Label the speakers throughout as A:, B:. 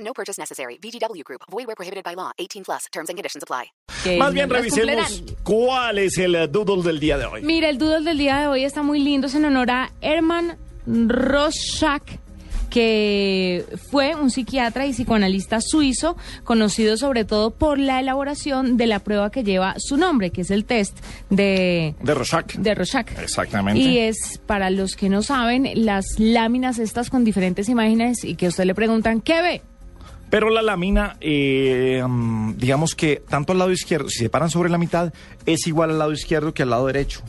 A: No purchase necessary. VGW Group. Void where prohibited by law. 18 plus. Terms and conditions apply.
B: Que
C: Más bien
B: los
C: revisemos
B: cumpleaños.
C: cuál es el eh, doodle del día de hoy.
B: Mira, el doodle del día de hoy está muy lindo. Es en honor a Herman Rorschach que fue un psiquiatra y psicoanalista suizo, conocido sobre todo por la elaboración de la prueba que lleva su nombre, que es el test de,
C: De Rorschach.
B: de Rorschach.
C: Exactamente.
B: Y es, para los que no saben, las láminas estas con diferentes imágenes y que a usted le preguntan, ¿qué ve?
C: Pero la lámina, eh, mm, digamos que tanto al lado izquierdo, si se paran sobre la mitad, es igual al lado izquierdo que al lado derecho.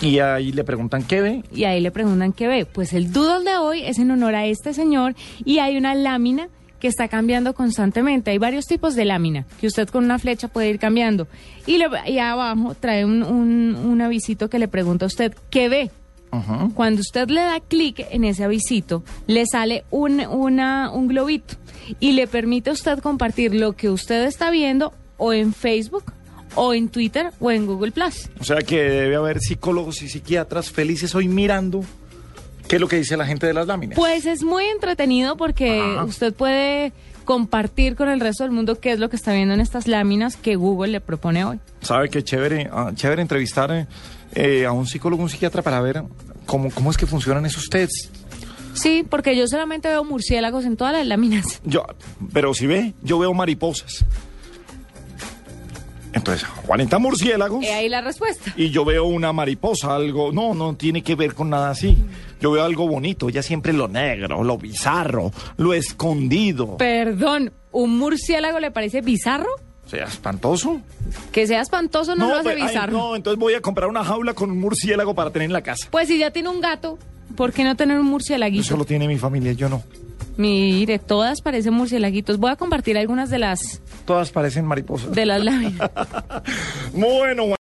C: Y ahí le preguntan qué ve.
B: y ahí le preguntan qué ve. Pues el doodle de hoy es en honor a este señor y hay una lámina que está cambiando constantemente. Hay varios tipos de lámina que usted con una flecha puede ir cambiando. Y, lo- y abajo trae un, un- un avisito que le pregunta a usted qué ve. Cuando usted le da clic en ese avisito, le sale un, una- un globito y le permite a usted compartir lo que usted está viendo o en Facebook, o en Twitter, o en Google Plus.
C: O sea que debe haber psicólogos y psiquiatras felices hoy mirando qué es lo que dice la gente de las láminas.
B: Pues es muy entretenido porque usted puede compartir con el resto del mundo qué es lo que está viendo en estas láminas que Google le propone hoy.
C: Sabe que chévere, ah, chévere entrevistar eh, eh, a un psicólogo, un psiquiatra para ver cómo, cómo es que funcionan esos tests.
B: Sí, porque yo solamente veo murciélagos en todas las láminas.
C: Yo, pero si ve, yo veo mariposas. Entonces, Juanita murciélagos
B: He Eh, ahí la respuesta.
C: y yo veo una mariposa, algo. No, no tiene que ver con nada así. Yo veo algo bonito, ya siempre lo negro, lo bizarro, lo escondido.
B: Perdón, ¿un murciélago le parece bizarro?
C: O sea, espantoso.
B: Que sea espantoso no, lo hace
C: pues, ay,
B: bizarro.
C: no, entonces voy a comprar una jaula con un murciélago para tener en la casa.
B: Pues si ya tiene un gato, ¿por qué no tener un murciélaguito?
C: Eso lo tiene mi familia, yo no.
B: Mire, todas parecen murciélaguitos. Voy a compartir algunas de las,
C: Todas parecen mariposas.
B: de las láminas.
C: Bueno,